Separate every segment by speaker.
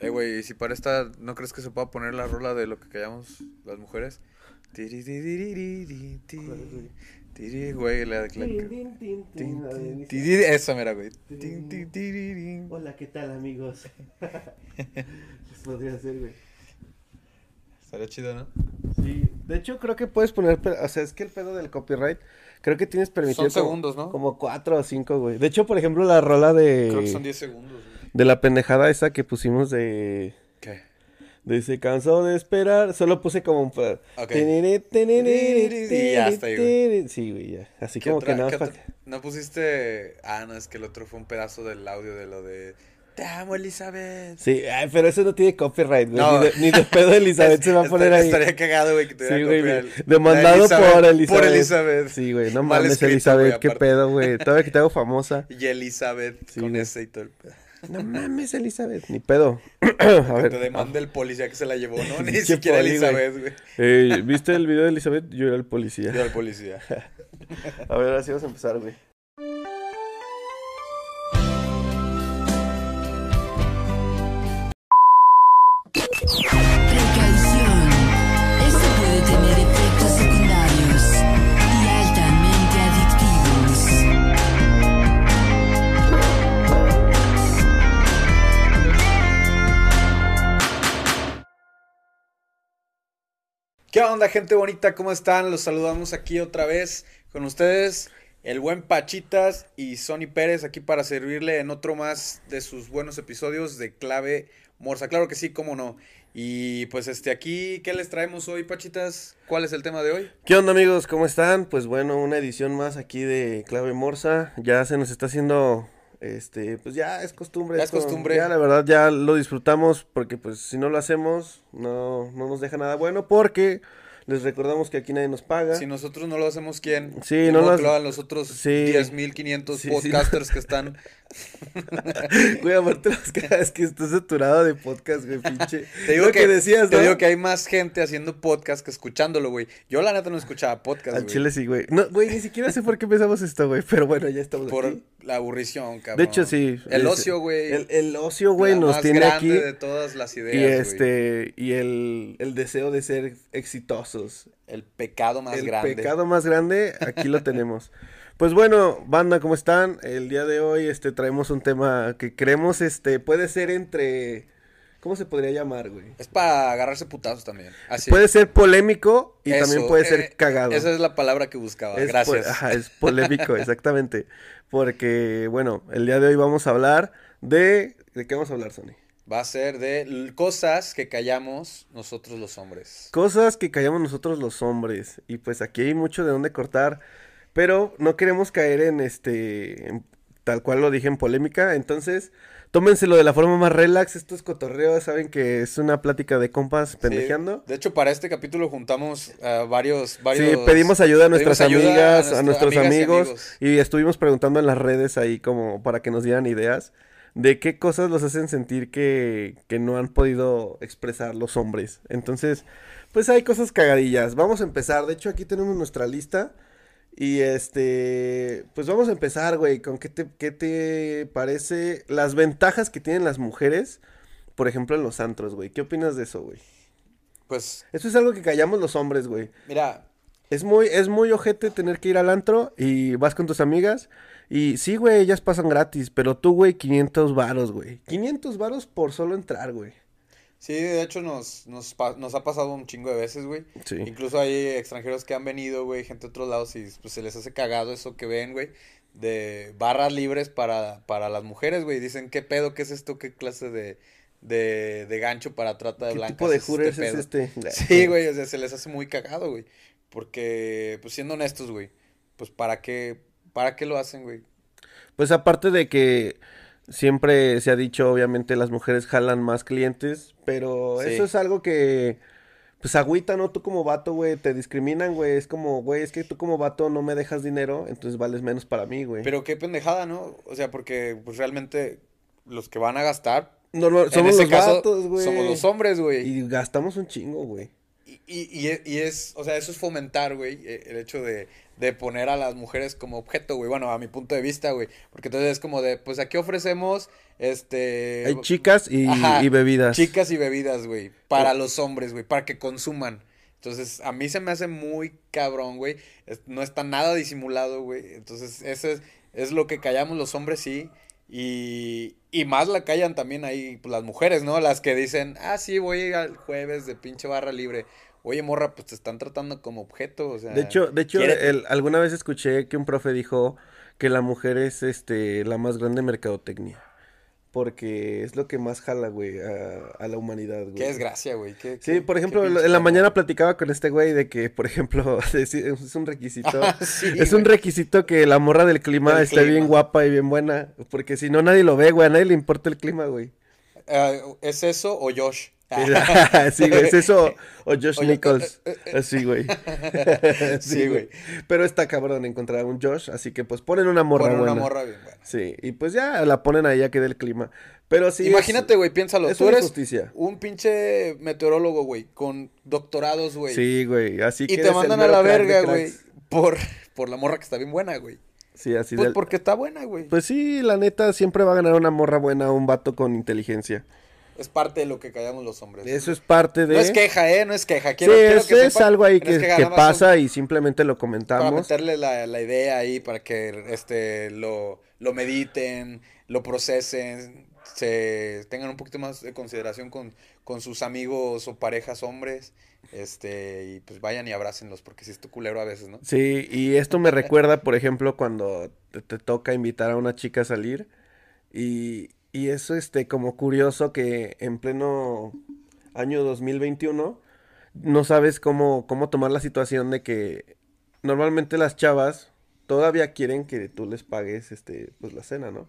Speaker 1: Eh, güey, y si para esta, ¿no crees que se pueda poner la rola de lo que callamos las mujeres? Tiri, tiri, tiri, tiri, tiri, güey, la de
Speaker 2: Tin,
Speaker 1: Clark.
Speaker 2: tin, tin, tin, la de
Speaker 1: Tin, tin,
Speaker 2: Disney.
Speaker 1: tiri, Esa, mira, güey. Tin, tin, tiri, tin.
Speaker 2: Hola, ¿qué tal, amigos? Eso podría ser, güey.
Speaker 1: Estaría chido, ¿no?
Speaker 2: Sí, de hecho creo que puedes poner, pe- o sea, es que el pedo del copyright, creo que tienes permitido
Speaker 1: Son
Speaker 2: como-
Speaker 1: segundos, ¿no?
Speaker 2: como cuatro o cinco, güey. De hecho, por ejemplo, la rola de
Speaker 1: Creo que son 10 segundos. güey.
Speaker 2: de la pendejada esa que pusimos de
Speaker 1: ¿Qué?
Speaker 2: de se cansó de esperar, solo puse como un pe-
Speaker 1: Ok.
Speaker 2: Tenere, tenere,
Speaker 1: Y ya está ahí, güey.
Speaker 2: tenere. Sí, güey, ya. Así
Speaker 1: ¿Qué
Speaker 2: como
Speaker 1: otra-
Speaker 2: que nada
Speaker 1: qué
Speaker 2: más pa'
Speaker 1: otra- No pusiste. Ah, no, es que el otro fue un pedazo del audio de lo de. Te amo, Elizabeth.
Speaker 2: Sí, ay, pero eso no tiene copyright, güey.
Speaker 1: No.
Speaker 2: Ni, de, ni de pedo Elizabeth se va a
Speaker 1: Estaría-
Speaker 2: poner ahí.
Speaker 1: Estaría cagado, güey, que te
Speaker 2: Sí, güey, demandado por Elizabeth.
Speaker 1: Por Elizabeth.
Speaker 2: Sí, güey, no
Speaker 1: Mal
Speaker 2: mames,
Speaker 1: escrito,
Speaker 2: Elizabeth,
Speaker 1: güey,
Speaker 2: qué
Speaker 1: aparte.
Speaker 2: pedo, güey. Todavía que te hago famosa.
Speaker 1: Y Elizabeth
Speaker 2: Sí,
Speaker 1: con
Speaker 2: güey.
Speaker 1: ese y todo el pedo.
Speaker 2: No mames, Elizabeth, ni pedo. A
Speaker 1: Que
Speaker 2: ver. ah.
Speaker 1: te demanda el policía que se la llevó, ¿no? Ni
Speaker 2: Pinche
Speaker 1: siquiera
Speaker 2: poli, güey.
Speaker 1: Elizabeth, güey.
Speaker 2: Eh, ¿Viste el video de Elizabeth? Yo era el policía.
Speaker 1: Yo al policía.
Speaker 2: A ver, ahora sí vamos a empezar, güey.
Speaker 3: Precaución. Esto puede tener efectos secundarios y altamente adictivos.
Speaker 1: ¿Qué onda, gente bonita? ¿Cómo están? Los saludamos aquí otra vez con ustedes. El buen Pachitas y Sony Pérez aquí para servirle en otro más de sus buenos episodios de Clave Morsa. Claro que sí, cómo no. Y pues este aquí, ¿qué les traemos hoy, Pachitas? ¿Cuál es el tema de hoy?
Speaker 2: ¿Qué onda, amigos? ¿Cómo están? Pues bueno, una edición más aquí de Clave Morsa. Ya se nos está haciendo, este, pues ya es costumbre.
Speaker 1: Ya
Speaker 2: esto.
Speaker 1: es costumbre.
Speaker 2: Ya, la verdad, ya lo disfrutamos porque pues si no lo hacemos, no, no nos deja nada bueno porque les recordamos que aquí nadie nos paga.
Speaker 1: Si nosotros no lo hacemos, ¿quién?
Speaker 2: ¿Eh? Sí,
Speaker 1: Ni
Speaker 2: no
Speaker 1: modo
Speaker 2: lo
Speaker 1: que
Speaker 2: hace-
Speaker 1: hagan los otros
Speaker 2: Sí.
Speaker 1: 10.500
Speaker 2: Sí, sí.
Speaker 1: podcasters que están.
Speaker 2: Güey, aparte las caras que estás saturado de podcast, güey, pinche.
Speaker 1: Te digo
Speaker 2: Lo
Speaker 1: que,
Speaker 2: decías,
Speaker 1: te
Speaker 2: ¿no?
Speaker 1: digo que hay más gente haciendo podcast que escuchándolo, güey. Yo la neta no escuchaba podcast,
Speaker 2: Al
Speaker 1: güey.
Speaker 2: chile sí, güey. No, güey, ni siquiera sé por qué empezamos esto, güey, pero bueno, ya estamos
Speaker 1: Por
Speaker 2: aquí.
Speaker 1: la aburrición, cabrón.
Speaker 2: De hecho, sí.
Speaker 1: El
Speaker 2: es-
Speaker 1: ocio, güey.
Speaker 2: El, el ocio, güey,
Speaker 1: La
Speaker 2: nos
Speaker 1: más
Speaker 2: tiene
Speaker 1: grande
Speaker 2: aquí.
Speaker 1: de todas las ideas,
Speaker 2: y
Speaker 1: güey.
Speaker 2: este, y el, el deseo de ser exitosos.
Speaker 1: El pecado más
Speaker 2: el
Speaker 1: grande.
Speaker 2: pecado más grande, aquí lo tenemos. Pues bueno, banda, ¿cómo están? El día de hoy, este, traemos un tema que creemos, este, puede ser entre, ¿cómo se podría llamar, güey?
Speaker 1: Es para agarrarse putazos también. Así.
Speaker 2: Puede ser polémico y
Speaker 1: Eso,
Speaker 2: también puede ser
Speaker 1: eh,
Speaker 2: cagado.
Speaker 1: Esa es la palabra que buscaba.
Speaker 2: Es po-
Speaker 1: Gracias.
Speaker 2: ajá, es polémico, exactamente. Porque, bueno, el día de hoy vamos a hablar de... ¿De qué vamos a hablar, Sony?
Speaker 1: Va a ser de l- cosas que callamos nosotros los hombres.
Speaker 2: Cosas que callamos nosotros los hombres. Y pues aquí hay mucho de dónde cortar. Pero no queremos caer en este. en- tal cual lo dije en polémica. Entonces, tómenselo de la forma más relax. Esto es cotorreo. Saben que es una plática de compas
Speaker 1: Sí.
Speaker 2: pendejeando.
Speaker 1: De hecho, para este capítulo juntamos ah, varios,
Speaker 2: Sí,
Speaker 1: varios.
Speaker 2: pedimos ayuda a nuestras
Speaker 1: pedimos ayuda
Speaker 2: amigas,
Speaker 1: nuestra-
Speaker 2: a, nuestros
Speaker 1: amigas y
Speaker 2: amigos, y estuvimos preguntando en las redes ahí como para que nos dieran ideas de qué cosas los hacen sentir que, que no han podido expresar los hombres. Entonces, pues hay cosas cagadillas. Vamos a empezar. De hecho, aquí tenemos nuestra lista. Y este, pues vamos a empezar, güey, con qué te, qué te parece las ventajas que tienen las mujeres, por ejemplo, en los antros, güey. ¿Qué opinas de eso, güey?
Speaker 1: Pues,
Speaker 2: Eso es algo que callamos los hombres, güey.
Speaker 1: mira,
Speaker 2: Es muy, es muy ojete tener que ir al antro y vas con tus amigas. Y sí, güey, ellas pasan gratis, pero tú, güey, 500 varos, güey. 500 varos por solo entrar, güey.
Speaker 1: Sí, de hecho nos, nos, pa- nos ha pasado un chingo de veces, güey.
Speaker 2: Sí.
Speaker 1: Incluso hay extranjeros que han venido, güey, gente de otros lados y pues se les hace cagado eso que ven, güey, de barras libres para, para las mujeres, güey. Dicen, ¿qué pedo? ¿Qué es esto? ¿Qué clase de, de, de gancho para trata de
Speaker 2: ¿Qué
Speaker 1: blancas
Speaker 2: tipo de
Speaker 1: es este
Speaker 2: jurers es
Speaker 1: pedo?"
Speaker 2: este?
Speaker 1: Sí, güey, o sea, se les hace muy cagado, güey. Porque, pues siendo honestos, güey, pues para qué, para qué lo hacen, güey.
Speaker 2: Pues aparte de que siempre se ha dicho, obviamente, las mujeres jalan más clientes, pero
Speaker 1: Sí.
Speaker 2: eso es algo que, pues agüita, ¿no? Tú como vato, güey, te discriminan, güey. Es como, güey, es que tú como vato no me dejas dinero, entonces vales menos para mí, güey.
Speaker 1: Pero qué pendejada, ¿no? O sea, porque pues realmente los que van a gastar,
Speaker 2: No, no,
Speaker 1: en
Speaker 2: somos
Speaker 1: ese
Speaker 2: los
Speaker 1: caso,
Speaker 2: vatos, güey.
Speaker 1: somos los hombres, güey.
Speaker 2: Y gastamos un chingo, güey.
Speaker 1: Y, Y, y e- y es, o sea, eso es fomentar, güey, e- el hecho de, de poner a las mujeres como objeto, güey. Bueno, a mi punto de vista, güey. Porque entonces es como de, pues aquí ofrecemos, este...
Speaker 2: Hay chicas y,
Speaker 1: Ajá,
Speaker 2: y bebidas.
Speaker 1: Chicas y bebidas, güey. Para los hombres, güey. Para que consuman. Entonces, a mí se me hace muy cabrón, güey. es- no está nada disimulado, güey. Entonces, eso es, es lo que callamos los hombres, sí. Y, y más la callan también ahí pues, las mujeres, ¿no? Las que dicen, ah, sí, voy a ir al jueves de pinche barra libre. Oye, morra, pues te están tratando como objeto, o sea.
Speaker 2: De hecho, de hecho, eh,
Speaker 1: quiérete.
Speaker 2: el- alguna vez escuché que un profe dijo que la mujer es este la más grande mercadotecnia. Porque es lo que más jala, güey, a, a la humanidad, güey.
Speaker 1: Qué desgracia, güey. qué-
Speaker 2: Sí,
Speaker 1: qué-
Speaker 2: por
Speaker 1: qué
Speaker 2: ejemplo, en la-
Speaker 1: pinche
Speaker 2: en la
Speaker 1: tema,
Speaker 2: mañana
Speaker 1: güey.
Speaker 2: platicaba con este güey de que, por ejemplo, es es un requisito,
Speaker 1: Ah, sí,
Speaker 2: es un
Speaker 1: güey.
Speaker 2: requisito que la morra del clima
Speaker 1: Del
Speaker 2: esté bien
Speaker 1: clima.
Speaker 2: guapa y bien buena, porque si no nadie lo ve, güey, a nadie le importa el clima, güey.
Speaker 1: Ah, ¿Es eso o Josh? Ah,
Speaker 2: Sí, güey, es eso o Josh
Speaker 1: Oye, eh,
Speaker 2: Nichols,
Speaker 1: eh, eh,
Speaker 2: así, güey.
Speaker 1: Sí, güey.
Speaker 2: Pero está cabrón encontrar un Josh, así que pues ponen una morra
Speaker 1: Ponen una
Speaker 2: buena.
Speaker 1: morra bien buena.
Speaker 2: Sí, y pues ya la ponen ahí a que dé el clima. Pero sí es-
Speaker 1: Imagínate, güey, piénsalo.
Speaker 2: es
Speaker 1: tú
Speaker 2: una
Speaker 1: eres
Speaker 2: injusticia.
Speaker 1: un pinche meteorólogo, güey, con doctorados, güey.
Speaker 2: Sí, güey, así
Speaker 1: y
Speaker 2: que eres
Speaker 1: te
Speaker 2: el
Speaker 1: mandan a
Speaker 2: mero
Speaker 1: la
Speaker 2: crack de
Speaker 1: verga, güey,
Speaker 2: cracks.
Speaker 1: por, por la morra que está bien buena, güey.
Speaker 2: Sí, así
Speaker 1: Pues
Speaker 2: del-
Speaker 1: porque está buena, güey.
Speaker 2: Pues sí, la neta, siempre va a ganar una morra buena o un vato con inteligencia.
Speaker 1: Es parte de lo que callamos los hombres.
Speaker 2: Eso es parte de...
Speaker 1: Pues No es queja, ¿eh? No es queja.
Speaker 2: Sí,
Speaker 1: Quiero, quiero
Speaker 2: es,
Speaker 1: que
Speaker 2: es
Speaker 1: sepan
Speaker 2: algo ahí
Speaker 1: no es
Speaker 2: que,
Speaker 1: queja,
Speaker 2: que
Speaker 1: nada más son
Speaker 2: pasa y simplemente lo
Speaker 1: Para
Speaker 2: comentamos.
Speaker 1: meterle la, la idea ahí, para que este, lo, lo mediten, lo procesen, se tengan un poquito más de consideración con, con sus amigos o parejas hombres, este, y pues vayan y abrácenlos, porque si es tu culero a veces, ¿no?
Speaker 2: Sí, y esto me recuerda, por ejemplo, cuando te, te toca invitar a una chica a salir y, y eso, este, como curioso que en pleno año 2021 no sabes cómo, cómo tomar la situación de que normalmente las chavas todavía quieren que tú les pagues, este, pues la cena, ¿no?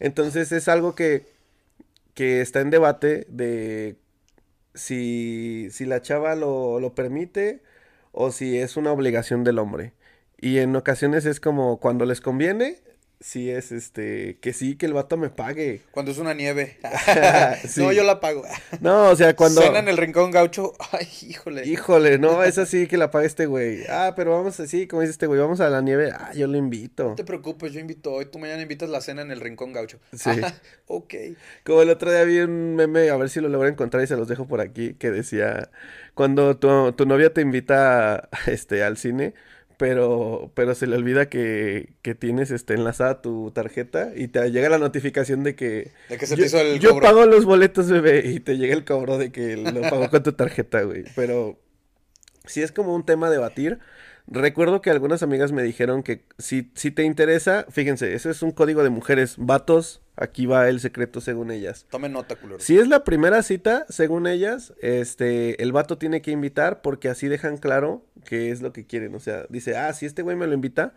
Speaker 2: Entonces es algo que, que está en debate de si, si la chava lo, lo permite o si es una obligación del hombre. Y en ocasiones es como cuando les conviene, si es este, que sí, que el vato me pague.
Speaker 1: Cuando es una nieve. No,
Speaker 2: Sí.
Speaker 1: yo la pago.
Speaker 2: No, o sea, cuando...
Speaker 1: Cena en el rincón gaucho. Ay, híjole.
Speaker 2: Híjole, no, es así que la pague este güey. Ah, pero vamos así, como dice este güey, vamos a la nieve. Ah, yo lo invito.
Speaker 1: No te preocupes, yo invito hoy, tú mañana invitas la cena en el rincón gaucho.
Speaker 2: Sí.
Speaker 1: Ah, ok.
Speaker 2: Como el otro día vi un meme, a ver si lo logro encontrar y se los dejo por aquí, que decía, cuando tu, tu novia te invita a- este, al cine, pero, pero se le olvida que, que tienes este, enlazada tu tarjeta y te llega la notificación de que
Speaker 1: ¿De qué se
Speaker 2: yo,
Speaker 1: te hizo el
Speaker 2: yo
Speaker 1: cobro?
Speaker 2: pago los boletos, bebé, y te llega el cobro de que lo pagó con tu tarjeta, güey. Pero sí es como un tema a debatir. Recuerdo que algunas amigas me dijeron que si, si te interesa, fíjense, eso es un código de mujeres, vatos, aquí va el secreto según ellas.
Speaker 1: Tomen nota, culero.
Speaker 2: Si es la primera cita, según ellas, este, el vato tiene que invitar porque así dejan claro que es lo que quieren. O sea, dice, ah, si este güey me lo invita,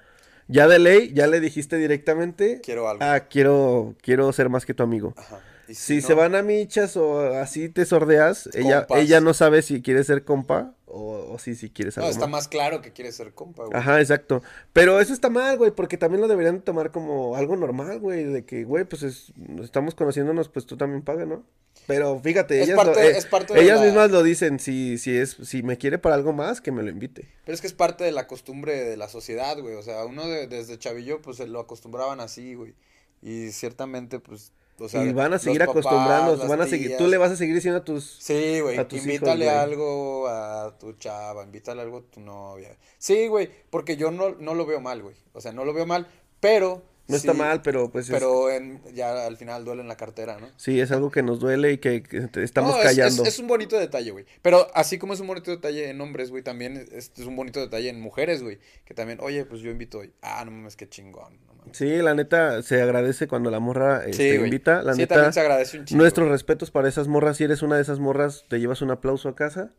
Speaker 2: ya de ley, ya le dijiste directamente,
Speaker 1: Quiero algo.
Speaker 2: ah, quiero, quiero ser más que tu amigo.
Speaker 1: Ajá. Y
Speaker 2: Si
Speaker 1: no,
Speaker 2: se van a michas o así te sordeas, ella,
Speaker 1: Compas.
Speaker 2: ella no sabe si quiere ser compa o, o si, si quieres
Speaker 1: No,
Speaker 2: algo
Speaker 1: está
Speaker 2: más.
Speaker 1: más claro que quieres ser compa, güey.
Speaker 2: Ajá, exacto. Pero eso está mal, güey, porque también lo deberían tomar como algo normal, güey, de que, güey, pues es- estamos conociéndonos, pues tú también paga, ¿no? Pero fíjate,
Speaker 1: Es
Speaker 2: ellas,
Speaker 1: parte-
Speaker 2: lo- eh,
Speaker 1: es parte de
Speaker 2: ellas
Speaker 1: la-
Speaker 2: mismas lo dicen, si, si es, si me quiere para algo más, que me lo invite.
Speaker 1: Pero es que es parte de la costumbre de la sociedad, güey. O sea, uno de- desde chavillo, pues lo acostumbraban así, güey. Y ciertamente, pues, o sea,
Speaker 2: y van a
Speaker 1: los
Speaker 2: seguir
Speaker 1: papás,
Speaker 2: acostumbrándonos,
Speaker 1: las
Speaker 2: van a seguir, tú
Speaker 1: tías.
Speaker 2: le vas a seguir diciendo a tus...
Speaker 1: Sí, güey,
Speaker 2: a tus hijos,
Speaker 1: invítale
Speaker 2: güey.
Speaker 1: algo a tu chava, invítale algo a tu novia. Sí, güey, porque yo no, no lo veo mal, güey. O sea, no lo veo mal, pero
Speaker 2: No está
Speaker 1: sí,
Speaker 2: mal, pero pues es-
Speaker 1: pero en- ya al final duele en la cartera, ¿no?
Speaker 2: sí, es algo que nos duele y que, que te- estamos
Speaker 1: No, es, es-
Speaker 2: callando.
Speaker 1: es un bonito detalle, güey. Pero así como es un bonito detalle en hombres, güey, también es, este es un bonito detalle en mujeres, güey. Que también, oye, pues yo invito hoy. Ah, no mames, qué chingón. No mames.
Speaker 2: Sí, la neta, se agradece cuando la morra
Speaker 1: Sí,
Speaker 2: este,
Speaker 1: güey.
Speaker 2: invita. La
Speaker 1: Sí,
Speaker 2: neta,
Speaker 1: también se agradece un chingo,
Speaker 2: nuestros
Speaker 1: güey.
Speaker 2: respetos para esas morras. Si eres una de esas morras, te llevas un aplauso a casa.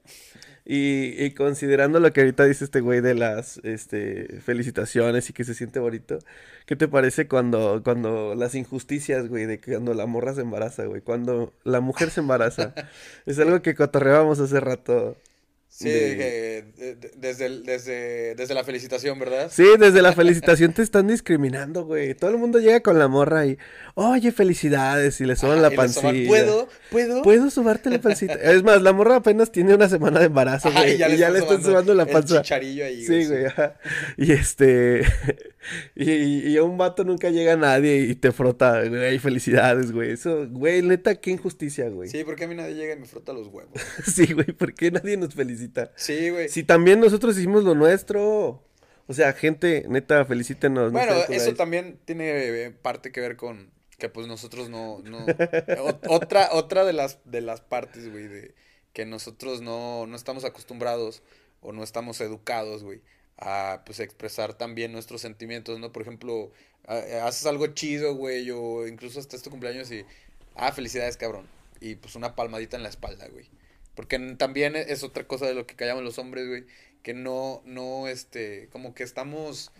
Speaker 2: Y, y considerando lo que ahorita dice este güey de las este, felicitaciones y que se siente bonito, ¿qué te parece cuando, cuando las injusticias, güey, de que cuando la morra se embaraza, güey? Cuando la mujer se embaraza. Es algo que cotorreábamos hace rato.
Speaker 1: Sí,
Speaker 2: de-
Speaker 1: que, de- de- desde, el- desde, desde la felicitación, ¿verdad?
Speaker 2: Sí, desde la felicitación te están discriminando, güey. Todo el mundo llega con la morra y, oye, felicidades, y le
Speaker 1: Ajá,
Speaker 2: suban la
Speaker 1: y le soban,
Speaker 2: pancita. Pues,
Speaker 1: ¿Puedo? ¿Puedo?
Speaker 2: ¿Puedo subarte la pancita? Es más, la morra apenas tiene una semana de embarazo,
Speaker 1: Ajá,
Speaker 2: güey,
Speaker 1: y ya le, están
Speaker 2: están subando la
Speaker 1: el
Speaker 2: panza.
Speaker 1: chicharillo ahí,
Speaker 2: Sí, güey, ajá. Y este. Y, y- y a un vato nunca llega nadie y te frota, güey, felicidades, güey. Eso, güey, neta, qué injusticia, güey.
Speaker 1: Sí, porque a mí nadie llega y me frota los huevos.
Speaker 2: Sí, güey, ¿por qué nadie nos felicita?
Speaker 1: Sí, güey.
Speaker 2: Si también nosotros hicimos lo nuestro. O sea, gente, neta, felicítenos. no
Speaker 1: Bueno,
Speaker 2: sean culeros.
Speaker 1: eso también tiene eh, parte que ver con que pues nosotros no, no, o- otra, otra de las, de las partes, güey, de que nosotros no, no estamos acostumbrados o no estamos educados, güey, a pues expresar también nuestros sentimientos, ¿no? Por ejemplo, a- a- haces algo chido, güey, o incluso hasta es tu cumpleaños y, ah, felicidades, cabrón, y pues una palmadita en la espalda, güey. Porque n- también e, es otra cosa de lo que callamos los hombres, güey, que no, no, este, como que estamos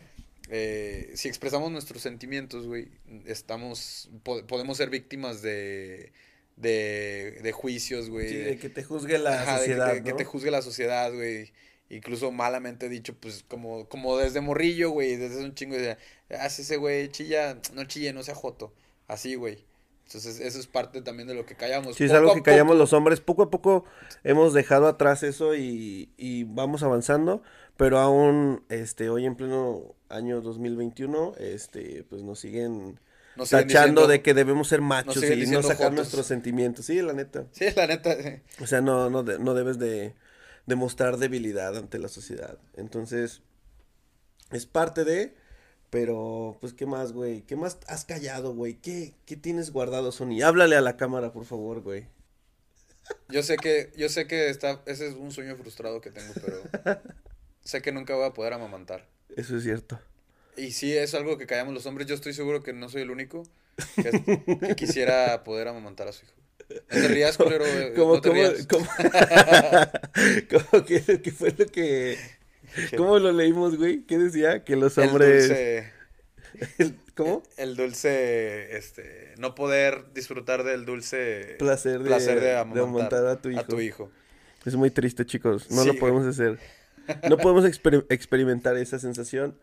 Speaker 1: eh, si expresamos nuestros sentimientos, güey, estamos, po- podemos ser víctimas de, de, de juicios, güey.
Speaker 2: Sí,
Speaker 1: de-
Speaker 2: de que te juzgue la
Speaker 1: ajá, de que
Speaker 2: sociedad,
Speaker 1: te, que
Speaker 2: ¿no?
Speaker 1: te juzgue la sociedad, güey. Incluso malamente dicho, pues como, como desde morrillo, güey, desde un chingo de, ah, sí, ese güey chilla, no chille, no sea joto, así, güey. Entonces, eso es parte también de lo que callamos.
Speaker 2: Sí, es
Speaker 1: Poco
Speaker 2: algo
Speaker 1: a
Speaker 2: que callamos
Speaker 1: poco,
Speaker 2: los hombres. Poco a poco hemos dejado atrás eso y, y vamos avanzando, pero aún, este, hoy en pleno año 2021, este, pues nos siguen
Speaker 1: nos siguen
Speaker 2: tachando de
Speaker 1: diciendo-
Speaker 2: que debemos ser machos
Speaker 1: siguen
Speaker 2: y no
Speaker 1: diciendo
Speaker 2: sacar
Speaker 1: jotos.
Speaker 2: nuestros sentimientos. Sí, la neta.
Speaker 1: Sí, la neta, sí.
Speaker 2: O sea, no, no, de- no debes de demostrar debilidad ante la sociedad. Entonces, es parte de, pero, pues, ¿qué más, güey? ¿Qué más has callado, güey? ¿Qué, qué tienes guardado, Sony? Háblale a la cámara, por favor, güey.
Speaker 1: Yo sé que, yo sé que está, ese es un sueño frustrado que tengo, pero sé que nunca voy a poder amamantar.
Speaker 2: Eso es cierto.
Speaker 1: Y sí, es algo que callamos los hombres. Yo estoy seguro que no soy el único que, que quisiera poder amamantar a su hijo. No te rías, culero, eh,
Speaker 2: ¿Cómo,
Speaker 1: no te
Speaker 2: cómo,
Speaker 1: rías.
Speaker 2: cómo- cómo que, que fue lo que, cómo lo leímos, güey? ¿Qué decía? Que los
Speaker 1: El
Speaker 2: hombres,
Speaker 1: dulce,
Speaker 2: el- ¿cómo?
Speaker 1: el dulce, este, no poder disfrutar del dulce
Speaker 2: Placer de-
Speaker 1: Eh, placer
Speaker 2: de
Speaker 1: amamantar
Speaker 2: amamantar a tu hijo. Es muy triste, chicos. No
Speaker 1: Sí,
Speaker 2: lo
Speaker 1: güey.
Speaker 2: podemos hacer. No podemos exper- experimentar esa sensación.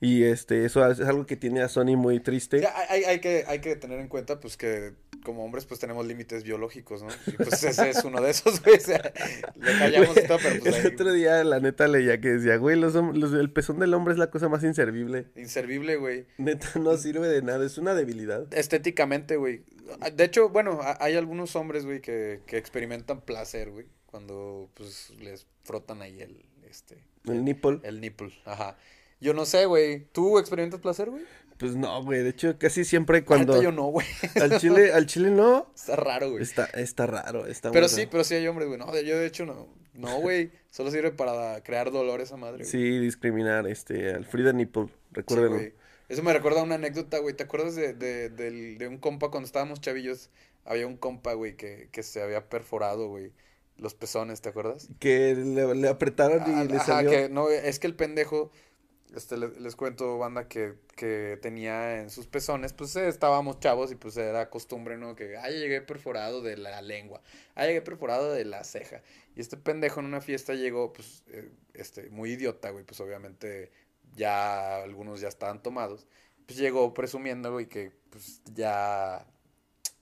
Speaker 2: Y este, eso es algo que tiene a Sony muy triste.
Speaker 1: Ya, hay, hay- hay que, hay que tener en cuenta, pues, que como hombres, pues, tenemos límites biológicos, ¿no? Y, pues, ese es uno de esos, güey. o sea, le callamos y todo, pero, pues,
Speaker 2: El
Speaker 1: ahí,
Speaker 2: otro día, la neta, leía que decía, güey, los hom- los- el pezón del hombre es la cosa más inservible.
Speaker 1: inservible, güey.
Speaker 2: Neta, no sirve de nada, es una debilidad.
Speaker 1: Estéticamente, güey. De hecho, bueno, a- hay algunos hombres, güey, que, que experimentan placer, güey, cuando, pues, les frotan ahí el, este,
Speaker 2: El nipple.
Speaker 1: el nipple, ajá. Yo no sé, güey. ¿Tú experimentas placer, güey?
Speaker 2: Pues no, güey. De hecho, casi siempre
Speaker 1: La neta,
Speaker 2: cuando.
Speaker 1: yo Ah, no, güey.
Speaker 2: Al chile, al chile no.
Speaker 1: Está raro, güey.
Speaker 2: Está, está raro, está
Speaker 1: Pero
Speaker 2: muy
Speaker 1: sí, pues,
Speaker 2: raro.
Speaker 1: pero sí hay hombres, güey. No, yo de hecho no. No, güey. Solo sirve para crear dolor esa madre, güey.
Speaker 2: Sí, discriminar, este, al Frida Nipple,
Speaker 1: Sí,
Speaker 2: recuérdenlo.
Speaker 1: güey. Eso me recuerda a una anécdota, güey. ¿Te acuerdas de, de, del- de un compa cuando estábamos chavillos? Había un compa, güey, que, que se había perforado, güey, los pezones, ¿te acuerdas?
Speaker 2: Que le, le apretaron y
Speaker 1: Ah,
Speaker 2: le
Speaker 1: Ajá,
Speaker 2: salió.
Speaker 1: que no, es que el pendejo, este, le- les, cuento, banda, que, que tenía en sus pezones, pues eh, estábamos chavos y pues era costumbre, ¿no? Que, ah, ya llegué perforado de la lengua, ah, llegué perforado de la ceja. Y este pendejo en una fiesta llegó, pues, eh, este, muy idiota, güey, pues obviamente ya algunos ya estaban tomados. Pues llegó presumiendo, güey, que pues ya,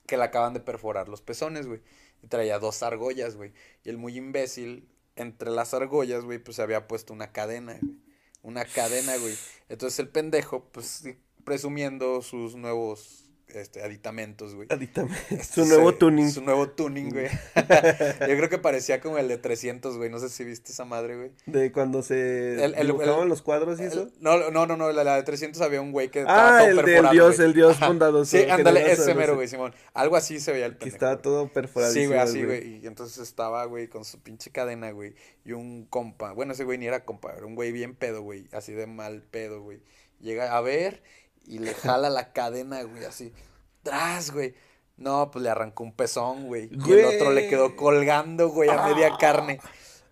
Speaker 1: que le acaban de perforar los pezones, güey. Y traía dos argollas, güey. Y el muy imbécil, entre las argollas, güey, pues se había puesto una cadena, güey. Una cadena, güey. Entonces el pendejo, pues sí, presumiendo sus nuevos este, aditamentos, güey.
Speaker 2: Aditamente,
Speaker 1: Este,
Speaker 2: su nuevo
Speaker 1: se-
Speaker 2: tuning.
Speaker 1: Su nuevo tuning, güey. Yo creo que parecía como el de 300, güey. No sé si viste esa madre, güey.
Speaker 2: De cuando se
Speaker 1: El- el-
Speaker 2: dibujaban
Speaker 1: el-
Speaker 2: los cuadros y eso.
Speaker 1: El- No, no, no, no, la, la de 300 había un güey que
Speaker 2: Ah,
Speaker 1: estaba todo
Speaker 2: el del
Speaker 1: perforado,
Speaker 2: dios,
Speaker 1: güey.
Speaker 2: el dios
Speaker 1: Ajá.
Speaker 2: bondadoso,
Speaker 1: Sí, ándale,
Speaker 2: generoso,
Speaker 1: ese
Speaker 2: no
Speaker 1: mero,
Speaker 2: sé.
Speaker 1: güey, Simón. Algo así se veía el
Speaker 2: Que
Speaker 1: pendejo.
Speaker 2: estaba
Speaker 1: güey.
Speaker 2: todo
Speaker 1: Sí,
Speaker 2: perforadísimo,
Speaker 1: güey, así,
Speaker 2: güey.
Speaker 1: güey. Y entonces estaba, güey, con su pinche cadena, güey. Y un compa. Bueno, ese güey ni era compa, era un güey bien pedo, güey. Así de mal pedo, güey. Llega a ver y le jala la cadena, güey, así. ¡Tras, güey! No, pues le arrancó un pezón, güey. Y el otro le quedó
Speaker 2: Güey.
Speaker 1: colgando, güey, a media carne.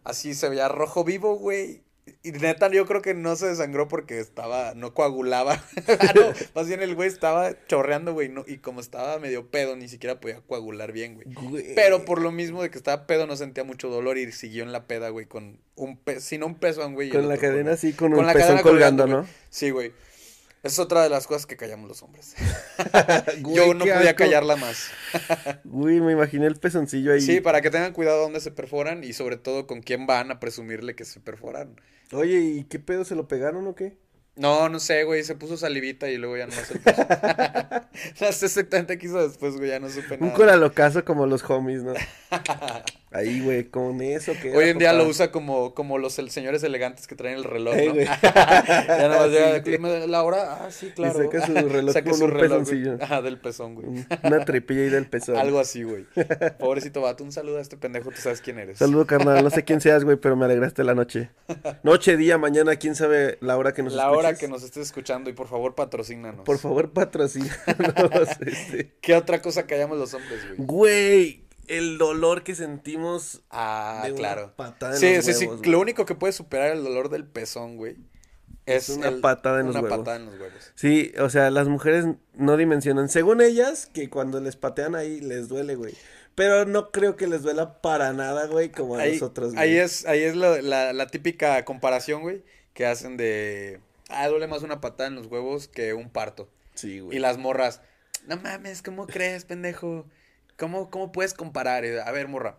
Speaker 1: Así se veía rojo vivo, güey. Y neta, yo creo que no se desangró porque estaba, no coagulaba. Ah, no, más bien el güey estaba chorreando, güey, no, y como estaba medio pedo, ni siquiera podía coagular bien, güey.
Speaker 2: Güey.
Speaker 1: Pero por lo mismo de que estaba pedo, no sentía mucho dolor y siguió en la peda, güey, con un peso, si no un pezón, güey. y el
Speaker 2: Con la
Speaker 1: otro,
Speaker 2: cadena
Speaker 1: güey.
Speaker 2: así, con,
Speaker 1: Con
Speaker 2: un
Speaker 1: la
Speaker 2: pezón
Speaker 1: cadena
Speaker 2: colgando,
Speaker 1: colgando,
Speaker 2: ¿no?
Speaker 1: Sí, güey. Es otra de las cosas que callamos los hombres.
Speaker 2: Güey,
Speaker 1: Yo no
Speaker 2: qué
Speaker 1: podía
Speaker 2: asco.
Speaker 1: callarla más.
Speaker 2: Uy, me imaginé el pezoncillo ahí.
Speaker 1: Sí, para que tengan cuidado dónde se perforan y sobre todo con quién van a presumirle que se perforaron.
Speaker 2: Oye, ¿y qué pedo? ¿Se lo pegaron o qué?
Speaker 1: No, no sé, güey, se puso salivita y luego ya no se puso. No sé exactamente qué hizo después, güey, ya no supe
Speaker 2: Un
Speaker 1: nada.
Speaker 2: coralocazo como los homies, ¿no? Ahí, güey, con eso que era,
Speaker 1: Hoy en día lo
Speaker 2: papá.
Speaker 1: usa como, como los el- señores elegantes que traen el reloj,
Speaker 2: Ey,
Speaker 1: ¿no?
Speaker 2: güey.
Speaker 1: Ya nada más llega
Speaker 2: Sí,
Speaker 1: "Dime la hora, ah, sí, claro.
Speaker 2: saca su reloj
Speaker 1: Saca
Speaker 2: con
Speaker 1: su
Speaker 2: un
Speaker 1: reloj, güey.
Speaker 2: pezoncillo.
Speaker 1: Ajá, del pezón, güey.
Speaker 2: Una trepilla ahí del pezón.
Speaker 1: Algo así, güey. Pobrecito vato, un saludo a este pendejo, tú sabes quién eres.
Speaker 2: Saludo, carnal. No sé quién seas, güey, pero me alegraste la noche. Noche, día, mañana, quién sabe la hora que nos
Speaker 1: La hora
Speaker 2: escuches.
Speaker 1: que nos estés escuchando y por favor patrocínanos.
Speaker 2: Por favor, patrocínanos. este.
Speaker 1: ¿Qué otra cosa callamos los hombres, güey?
Speaker 2: Güey, el dolor que sentimos.
Speaker 1: Ah,
Speaker 2: de una
Speaker 1: claro.
Speaker 2: patada en
Speaker 1: sí,
Speaker 2: los
Speaker 1: sí, sí.
Speaker 2: huevos, güey.
Speaker 1: Lo único que puede superar el dolor del pezón, güey, es,
Speaker 2: una
Speaker 1: el-
Speaker 2: patada en los
Speaker 1: una
Speaker 2: huevos.
Speaker 1: patada en los huevos.
Speaker 2: Sí, o sea, las mujeres no dimensionan. Según ellas, que cuando les patean ahí les duele, güey. Pero no creo que les duela para nada, güey, como a
Speaker 1: Ahí,
Speaker 2: nosotros, güey.
Speaker 1: ahí es, ahí es la, la- la típica comparación, güey, que hacen de, ah, duele más una patada en los huevos que un parto.
Speaker 2: Sí, güey.
Speaker 1: Y las morras, no mames, ¿cómo crees, pendejo? ¿Cómo, cómo puedes comparar? Y, A ver, morra,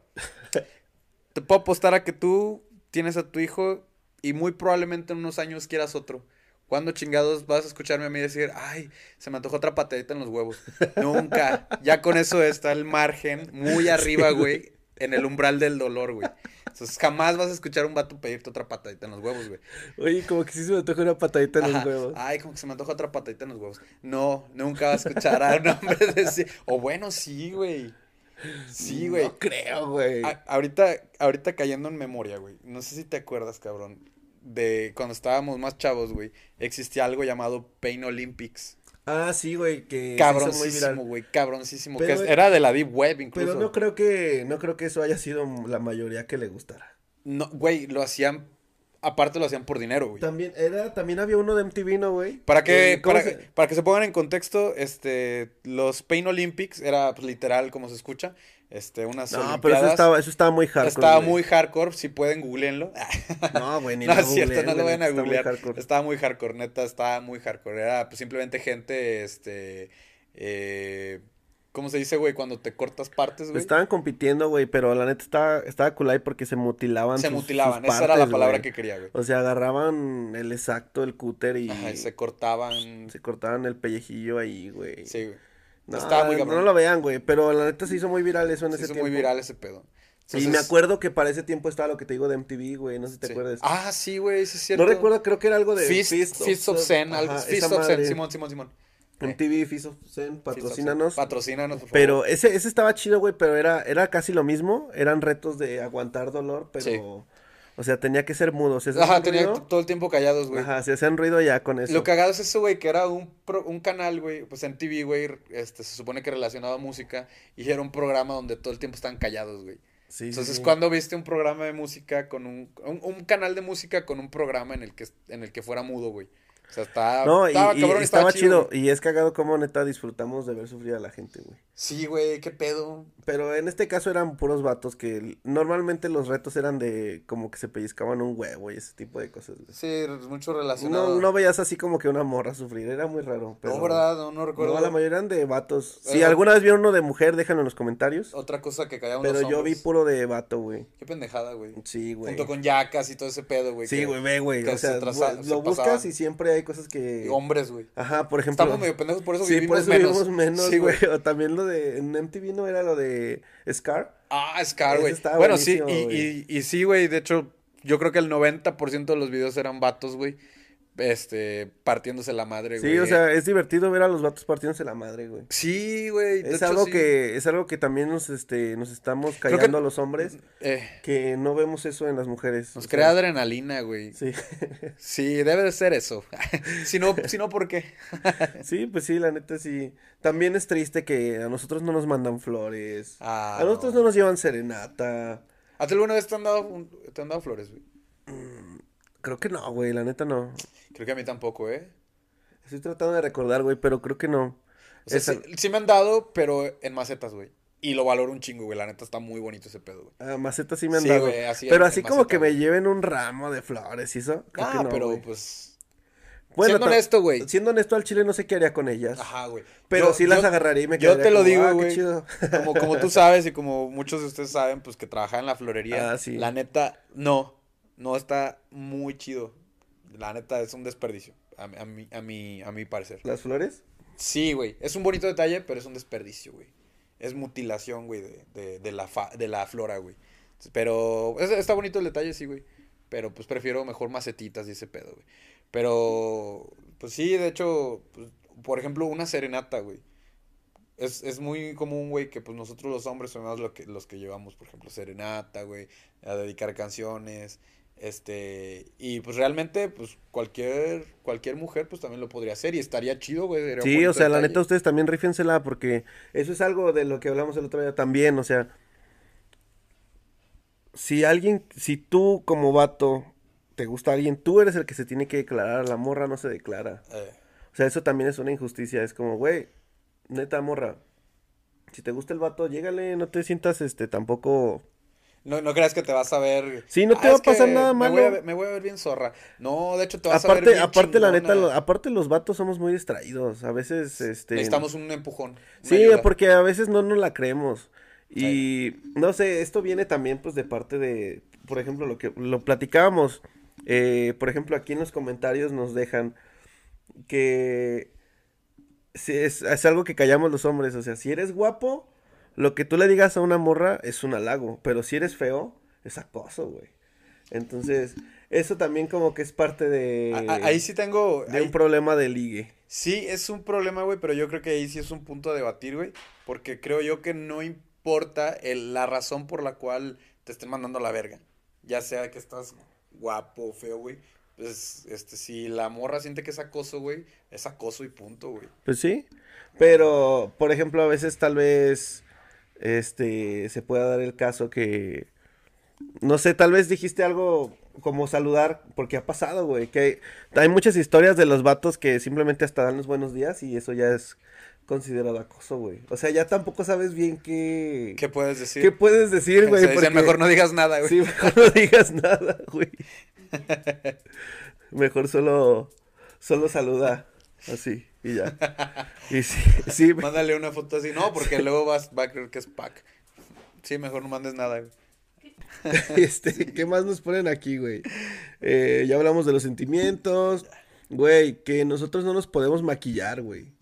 Speaker 1: te puedo apostar a que tú tienes a tu hijo y muy probablemente en unos años quieras otro. ¿Cuándo chingados vas a escucharme a mí decir, ay, se me antojó otra patadita en los huevos? Nunca. Ya con eso está el margen muy arriba, güey, en el umbral del dolor, güey. Entonces jamás vas a escuchar a un vato pedirte otra patadita en los huevos, güey.
Speaker 2: Oye, como que sí se me toca una patadita en los
Speaker 1: Ajá. Ah,
Speaker 2: huevos.
Speaker 1: Ay, como que se me antoja otra patadita en los huevos. No, nunca vas a escuchar a un hombre decir. O bueno, sí, güey. Sí, güey. Ah.
Speaker 2: No creo, güey.
Speaker 1: A- ahorita, ahorita cayendo en memoria, güey. No sé si te acuerdas, cabrón. De cuando estábamos más chavos, güey. Existía algo llamado Pain Olympics.
Speaker 2: Ah, sí, güey, que se hizo muy viral.
Speaker 1: Cabroncísimo, güey. Cabroncísimo.
Speaker 2: Pero,
Speaker 1: que es-
Speaker 2: güey,
Speaker 1: era de la Deep Web, incluso.
Speaker 2: Pero no creo que, no creo que eso haya sido la mayoría que le gustara.
Speaker 1: No, güey, lo hacían. Aparte lo hacían por dinero, güey.
Speaker 2: También, era, también había uno de MTV, ¿no, güey?
Speaker 1: Para que,
Speaker 2: Eh, ¿cómo
Speaker 1: para,
Speaker 2: se-
Speaker 1: para que se pongan en contexto, este, los Pain Olympics era pues, literal como se escucha, este, unas
Speaker 2: No, pero eso
Speaker 1: olimpiadas.
Speaker 2: estaba, eso estaba muy hardcore.
Speaker 1: Estaba
Speaker 2: güey.
Speaker 1: muy hardcore, si pueden googleenlo.
Speaker 2: No, güey, ni
Speaker 1: No,
Speaker 2: lo
Speaker 1: es cierto,
Speaker 2: googleen,
Speaker 1: no lo
Speaker 2: güey,
Speaker 1: vayan a
Speaker 2: está muy
Speaker 1: googlear.
Speaker 2: hardcore.
Speaker 1: Estaba muy hardcore, neta, estaba muy hardcore. Era pues, simplemente gente, este, eh, ¿cómo se dice, güey? Cuando te cortas partes, güey.
Speaker 2: Estaban compitiendo, güey, pero la neta estaba, estaba culay porque se mutilaban
Speaker 1: Se
Speaker 2: sus- sus
Speaker 1: mutilaban, esa era la
Speaker 2: partes,
Speaker 1: palabra
Speaker 2: güey.
Speaker 1: que quería, güey.
Speaker 2: O sea, agarraban el exacto, el cúter y
Speaker 1: Ajá, y se cortaban.
Speaker 2: se cortaban el pellejillo ahí, güey.
Speaker 1: Sí, güey.
Speaker 2: No,
Speaker 1: Estaba muy
Speaker 2: no
Speaker 1: cabrón.
Speaker 2: lo vean, güey, pero la neta se hizo muy viral eso en
Speaker 1: Se
Speaker 2: ese
Speaker 1: hizo
Speaker 2: tiempo.
Speaker 1: muy viral ese pedo.
Speaker 2: Y me
Speaker 1: Entonces,
Speaker 2: acuerdo que para ese tiempo estaba lo que te digo de MTV, güey, no sé si te
Speaker 1: sí.
Speaker 2: acuerdas.
Speaker 1: Ah, sí, güey, sí es
Speaker 2: No
Speaker 1: cierto.
Speaker 2: recuerdo, creo que era algo de
Speaker 1: Fist, Fist of Zen, algo,
Speaker 2: ajá,
Speaker 1: Fist
Speaker 2: esa
Speaker 1: of Zen,
Speaker 2: madre.
Speaker 1: Simón, Simón, Simón. Eh, Fist
Speaker 2: MTV, Fist of Zen,
Speaker 1: of Zen.
Speaker 2: patrocínanos.
Speaker 1: Patrocínanos, por favor.
Speaker 2: Pero ese, ese estaba chido, güey, pero era, era casi lo mismo. Eran retos de aguantar dolor, pero.
Speaker 1: Sí.
Speaker 2: O sea, tenía que ser mudo. Si hacían
Speaker 1: Ajá, tenía
Speaker 2: ruido,
Speaker 1: t- todo el tiempo callados, güey.
Speaker 2: ajá, si hacían ruido ya con eso.
Speaker 1: Lo cagado es eso, güey, que era un, pro- un canal, güey, pues en TV, güey, este, se supone que relacionaba música y era un programa donde todo el tiempo estaban callados, güey.
Speaker 2: Sí, sí,
Speaker 1: Entonces,
Speaker 2: sí.
Speaker 1: ¿cuándo viste un programa de música con un, un, un canal de música con un programa en el que, en el que fuera mudo, güey? O sea, estaba,
Speaker 2: No, y,
Speaker 1: estaba
Speaker 2: y
Speaker 1: cabrón, y
Speaker 2: estaba chido.
Speaker 1: güey.
Speaker 2: Y es cagado como neta disfrutamos de ver sufrir a la gente, güey.
Speaker 1: Sí, güey, qué pedo.
Speaker 2: Pero en este caso eran puros vatos que l- normalmente los retos eran de como que se pellizcaban un huevo y ese tipo de cosas. güey.
Speaker 1: Sí, mucho
Speaker 2: No,
Speaker 1: relacionado.
Speaker 2: no veías así como que una morra sufrir, era muy raro. Pero...
Speaker 1: No, ¿verdad? No, no recuerdo.
Speaker 2: No, la mayoría eran de vatos. Si
Speaker 1: Eh,
Speaker 2: alguna vez vieron uno de mujer, déjalo en los comentarios.
Speaker 1: Otra cosa que callamos
Speaker 2: Pero
Speaker 1: los
Speaker 2: yo vi
Speaker 1: hombres.
Speaker 2: puro de vato, güey.
Speaker 1: Qué pendejada, güey.
Speaker 2: Sí, güey.
Speaker 1: Junto con yacas y todo ese pedo, güey.
Speaker 2: Sí,
Speaker 1: que-
Speaker 2: güey, ve, güey.
Speaker 1: que
Speaker 2: O
Speaker 1: se
Speaker 2: sea,
Speaker 1: traza-
Speaker 2: güey,
Speaker 1: se
Speaker 2: lo buscas
Speaker 1: pasaban.
Speaker 2: y siempre hay cosas
Speaker 1: y
Speaker 2: que.
Speaker 1: Hombres, güey.
Speaker 2: Ajá, por ejemplo.
Speaker 1: Estamos medio pendejos, por eso
Speaker 2: Sí,
Speaker 1: vivimos
Speaker 2: por eso
Speaker 1: menos.
Speaker 2: vivimos menos,
Speaker 1: Sí,
Speaker 2: güey. O también lo de. En MTV no era lo de Scar.
Speaker 1: Ah, Scar,
Speaker 2: Ese
Speaker 1: güey.
Speaker 2: estaba
Speaker 1: Bueno, sí, y,
Speaker 2: buenísimo,
Speaker 1: y, y sí, güey. De hecho, yo creo que el 90% de los videos eran vatos, güey. Este, partiéndose la madre, güey.
Speaker 2: Sí, o sea, es divertido ver a los vatos partiéndose la madre, güey.
Speaker 1: Sí, güey. de
Speaker 2: Es
Speaker 1: hecho,
Speaker 2: algo
Speaker 1: sí.
Speaker 2: que, es algo que también nos, este, nos estamos
Speaker 1: que-
Speaker 2: callando a los hombres,
Speaker 1: Eh,
Speaker 2: que no vemos eso en las mujeres.
Speaker 1: nos
Speaker 2: o
Speaker 1: crea
Speaker 2: sea,
Speaker 1: adrenalina, güey. Sí.
Speaker 2: Sí.
Speaker 1: debe de ser eso. si no, si no, ¿por qué?
Speaker 2: Sí, pues sí, la neta sí. También es triste que a nosotros no nos mandan flores.
Speaker 1: Ah,
Speaker 2: a nosotros
Speaker 1: no.
Speaker 2: no. nos llevan serenata.
Speaker 1: ¿A ti alguna vez te han dado, un- te han dado flores, güey?
Speaker 2: Creo que no, güey, la neta no.
Speaker 1: Creo que a mí tampoco, ¿eh?
Speaker 2: Estoy tratando de recordar, güey, pero creo que no.
Speaker 1: O sea,
Speaker 2: Esa-
Speaker 1: sí, sí me han dado, pero en macetas, güey. Y lo valoro un chingo, güey. La neta está muy bonito ese pedo, güey.
Speaker 2: ah, macetas sí me han
Speaker 1: Sí,
Speaker 2: dado.
Speaker 1: güey, así
Speaker 2: pero
Speaker 1: en-
Speaker 2: así
Speaker 1: en
Speaker 2: como que
Speaker 1: maceta,
Speaker 2: me lleven un ramo de flores y eso. Creo que
Speaker 1: Ah,
Speaker 2: no,
Speaker 1: pero
Speaker 2: güey.
Speaker 1: pues.
Speaker 2: Bueno,
Speaker 1: siendo
Speaker 2: ta-
Speaker 1: honesto, güey.
Speaker 2: Siendo honesto al chile, no sé qué haría con ellas.
Speaker 1: Ajá, güey.
Speaker 2: Pero
Speaker 1: Yo-
Speaker 2: sí las
Speaker 1: yo-
Speaker 2: agarraría y me
Speaker 1: Yo
Speaker 2: quedaría
Speaker 1: te lo
Speaker 2: como,
Speaker 1: digo,
Speaker 2: "Ah, qué
Speaker 1: güey.
Speaker 2: chido".
Speaker 1: Como, como tú sabes y como muchos de ustedes saben, pues que trabajan en la florería.
Speaker 2: Ah, sí.
Speaker 1: La neta, no. No está muy chido. La neta es un desperdicio. A, mi- a, mi, a, mi, a mi parecer.
Speaker 2: ¿Las flores?
Speaker 1: Sí, güey. Es un bonito detalle, pero es un desperdicio, güey. Es mutilación, güey, de, de, de la fa- de la flora, güey. Pero es- está bonito el detalle, sí, güey. Pero pues prefiero mejor macetitas y ese pedo, güey. Pero, pues sí, de hecho, pues, por ejemplo, una serenata, güey. Es, es muy común, güey, que pues nosotros los hombres somos lo que, los que llevamos, por ejemplo, serenata, güey, a dedicar canciones, este, y pues realmente, pues cualquier, cualquier mujer, pues también lo podría hacer y estaría chido, güey. sería un
Speaker 2: Sí, o
Speaker 1: bonito
Speaker 2: sea, la
Speaker 1: detalle.
Speaker 2: neta, ustedes también rífensela porque eso es algo de lo que hablamos el otro día también, o sea, si alguien, si tú como vato te gusta alguien, tú eres el que se tiene que declarar, la morra no se declara.
Speaker 1: Eh,
Speaker 2: O sea, eso también es una injusticia, es como, güey, neta morra, si te gusta el vato, llégale, no te sientas este tampoco...
Speaker 1: no, no creas que te vas a ver. Ah,
Speaker 2: Sí, no te va
Speaker 1: es
Speaker 2: a pasar
Speaker 1: que
Speaker 2: nada
Speaker 1: me voy a
Speaker 2: malo".
Speaker 1: ver- me voy a ver bien zorra. No, de hecho te vas a ver
Speaker 2: Aparte,
Speaker 1: bien
Speaker 2: aparte la neta, lo-
Speaker 1: chingona.
Speaker 2: aparte los vatos somos muy distraídos, a veces este...
Speaker 1: Necesitamos un empujón. una
Speaker 2: Sí,
Speaker 1: ayuda.
Speaker 2: porque a veces no nos la creemos. Y no sé, esto viene también pues de parte de, por ejemplo, lo que lo platicábamos. eh, por ejemplo, aquí en los comentarios nos dejan que si es, es algo que callamos los hombres. O sea, si eres guapo, lo que tú le digas a una morra es un halago. Pero si eres feo, es acoso, güey. Entonces, eso también como que es parte de,
Speaker 1: A- a- ahí sí tengo.
Speaker 2: de
Speaker 1: ahí-
Speaker 2: un problema de ligue.
Speaker 1: Sí, es un problema, güey, pero yo creo que ahí sí es un punto a debatir, güey, porque creo yo que no importa el- la razón por la cual te estén mandando a la verga. Ya sea que estás guapo, feo, güey. Pues, este, si la morra siente que es acoso, güey, es acoso y punto, güey.
Speaker 2: Pues sí, pero por ejemplo, a veces tal vez este se pueda dar el caso que no sé, tal vez dijiste algo como saludar porque ha pasado, güey, que hay, hay muchas historias de los vatos que simplemente hasta dan los buenos días y eso ya es considerado acoso, güey. O sea, ya tampoco sabes bien qué
Speaker 1: ¿Qué puedes decir?
Speaker 2: qué puedes decir, güey,
Speaker 1: Se dicen,
Speaker 2: porque
Speaker 1: mejor no digas nada, güey.
Speaker 2: sí, mejor no digas nada, güey. Mejor solo solo saluda así y ya. Y sí, sí,
Speaker 1: Mándale una foto así, no, porque luego vas, va a creer que es pack. Sí, mejor no mandes nada, güey.
Speaker 2: Este, ¿qué más nos ponen aquí, güey? Eh, ya hablamos de los sentimientos, güey, que nosotros no nos podemos maquillar, güey.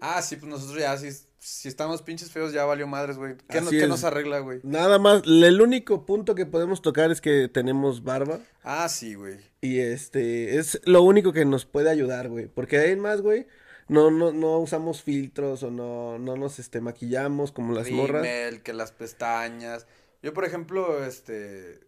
Speaker 1: Ah, sí, pues nosotros ya, si, si estamos pinches feos, ya valió madres, güey. ¿Qué, no-
Speaker 2: Así
Speaker 1: qué
Speaker 2: es.
Speaker 1: nos arregla, güey?
Speaker 2: Nada más, l- el único punto que podemos tocar es que tenemos barba
Speaker 1: Ah, sí, güey.
Speaker 2: y este es lo único que nos puede ayudar, güey, porque de ahí en más, güey, no no no usamos filtros o no no nos este maquillamos como las morras.
Speaker 1: Rímel, que las pestañas. Yo, por ejemplo, este.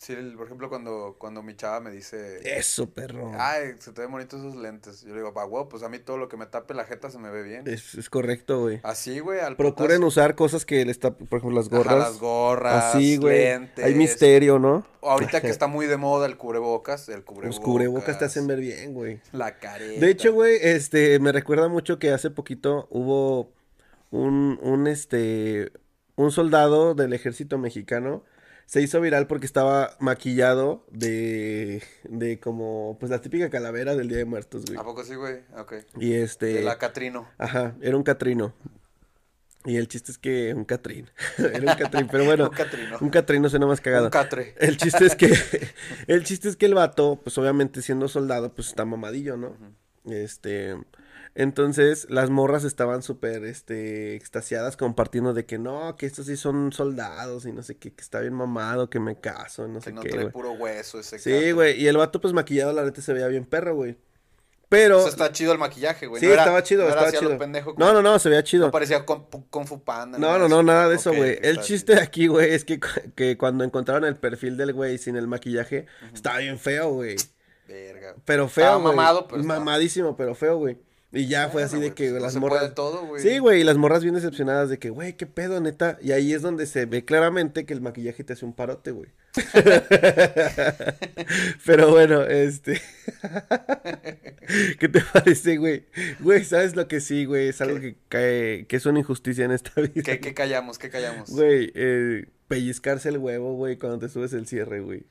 Speaker 1: Sí, el- por ejemplo, cuando, cuando mi chava me dice.
Speaker 2: Eso, perro.
Speaker 1: Ay, se te ven bonitos esos lentes. Yo le digo, pa, huevo, pues a mí todo lo que me tape la jeta se me ve bien.
Speaker 2: Es, es correcto, güey.
Speaker 1: Así, güey, al
Speaker 2: Eh, Procuren
Speaker 1: putazo.
Speaker 2: usar cosas que le está, por ejemplo, las
Speaker 1: Ajá,
Speaker 2: gorras.
Speaker 1: las gorras,
Speaker 2: Así, güey.
Speaker 1: lentes.
Speaker 2: Hay misterio, ¿no?
Speaker 1: Ahorita que está muy de moda el cubrebocas, el cubrebocas.
Speaker 2: Los cubrebocas te hacen ver bien, güey.
Speaker 1: La careta.
Speaker 2: De hecho, güey, este, me recuerda mucho que hace poquito hubo un, un, este, un soldado del ejército mexicano. Se hizo viral porque estaba maquillado de, de como, pues la típica calavera del Día de Muertos, güey.
Speaker 1: ¿A poco sí, güey? Ok.
Speaker 2: Y
Speaker 1: Ah, De
Speaker 2: este,
Speaker 1: la Catrino.
Speaker 2: ajá, era un catrino. Y el chiste es que un catrín, era un catrín, pero bueno,
Speaker 1: Un catrino.
Speaker 2: un catrino suena más cagado.
Speaker 1: Un catre.
Speaker 2: El chiste es que, el chiste es que el vato, pues obviamente siendo soldado, pues está mamadillo, ¿no? Este, entonces las morras estaban súper, este, extasiadas compartiendo de que no, que estos sí son soldados y no sé qué, que está bien mamado, que me caso, no
Speaker 1: Que
Speaker 2: sé
Speaker 1: no
Speaker 2: qué,
Speaker 1: trae
Speaker 2: güey.
Speaker 1: puro hueso ese
Speaker 2: Sí,
Speaker 1: catre.
Speaker 2: güey, y el vato pues maquillado, la neta se veía bien perro, güey. Pero,
Speaker 1: O sea, está chido el maquillaje, güey.
Speaker 2: sí,
Speaker 1: No era-
Speaker 2: estaba chido,
Speaker 1: no era
Speaker 2: estaba
Speaker 1: así a lo
Speaker 2: chido.
Speaker 1: pendejo como-
Speaker 2: No, no, no, se veía chido.
Speaker 1: No parecía con, con Fu Panda.
Speaker 2: No, no, no, nada de eso,
Speaker 1: Ok,
Speaker 2: güey. El
Speaker 1: está
Speaker 2: chiste de aquí, güey, es que, cu- que cuando encontraron el perfil del güey sin el maquillaje, estaba bien feo, güey.
Speaker 1: bien. Verga.
Speaker 2: Pero feo,
Speaker 1: Estaba
Speaker 2: güey.
Speaker 1: mamado, pero estaba-
Speaker 2: Mamadísimo, pero feo, güey. Y ya fue
Speaker 1: Bueno,
Speaker 2: así de
Speaker 1: güey,
Speaker 2: que
Speaker 1: pues, no
Speaker 2: las
Speaker 1: se
Speaker 2: morras.
Speaker 1: puede todo, güey.
Speaker 2: Sí, güey, y las morras bien decepcionadas de que, güey, qué pedo, neta. Y ahí es donde se ve claramente que el maquillaje te hace un parote, güey. Pero bueno, este. ¿Qué te parece, güey? Güey, ¿sabes lo que sí, güey? Es algo que cae, que es una injusticia en esta vida.
Speaker 1: ¿Qué, qué callamos? ¿Qué callamos?
Speaker 2: Güey, eh, pellizcarse el huevo, güey, cuando te subes el cierre, güey.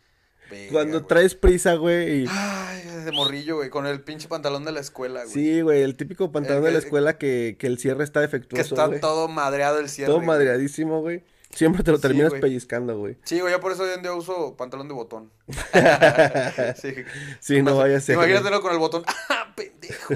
Speaker 1: Verga,
Speaker 2: Cuando
Speaker 1: güey.
Speaker 2: traes prisa, güey, y...
Speaker 1: Ay, de morrillo, güey, con el pinche pantalón de la escuela, güey.
Speaker 2: Sí, güey, el típico pantalón de
Speaker 1: que-
Speaker 2: la escuela que, que el cierre está
Speaker 1: Que
Speaker 2: defectuoso,
Speaker 1: está
Speaker 2: pues, güey.
Speaker 1: todo madreado el cierre.
Speaker 2: Todo
Speaker 1: güey.
Speaker 2: madreadísimo, güey. Siempre te lo
Speaker 1: Sí,
Speaker 2: terminas
Speaker 1: güey.
Speaker 2: pellizcando, güey.
Speaker 1: Sí, güey, yo por eso hoy en día uso pantalón de botón. sí,
Speaker 2: Sí, no vaya a ser. güey.
Speaker 1: Imagínatelo con el botón. ¡Ah, pendejo!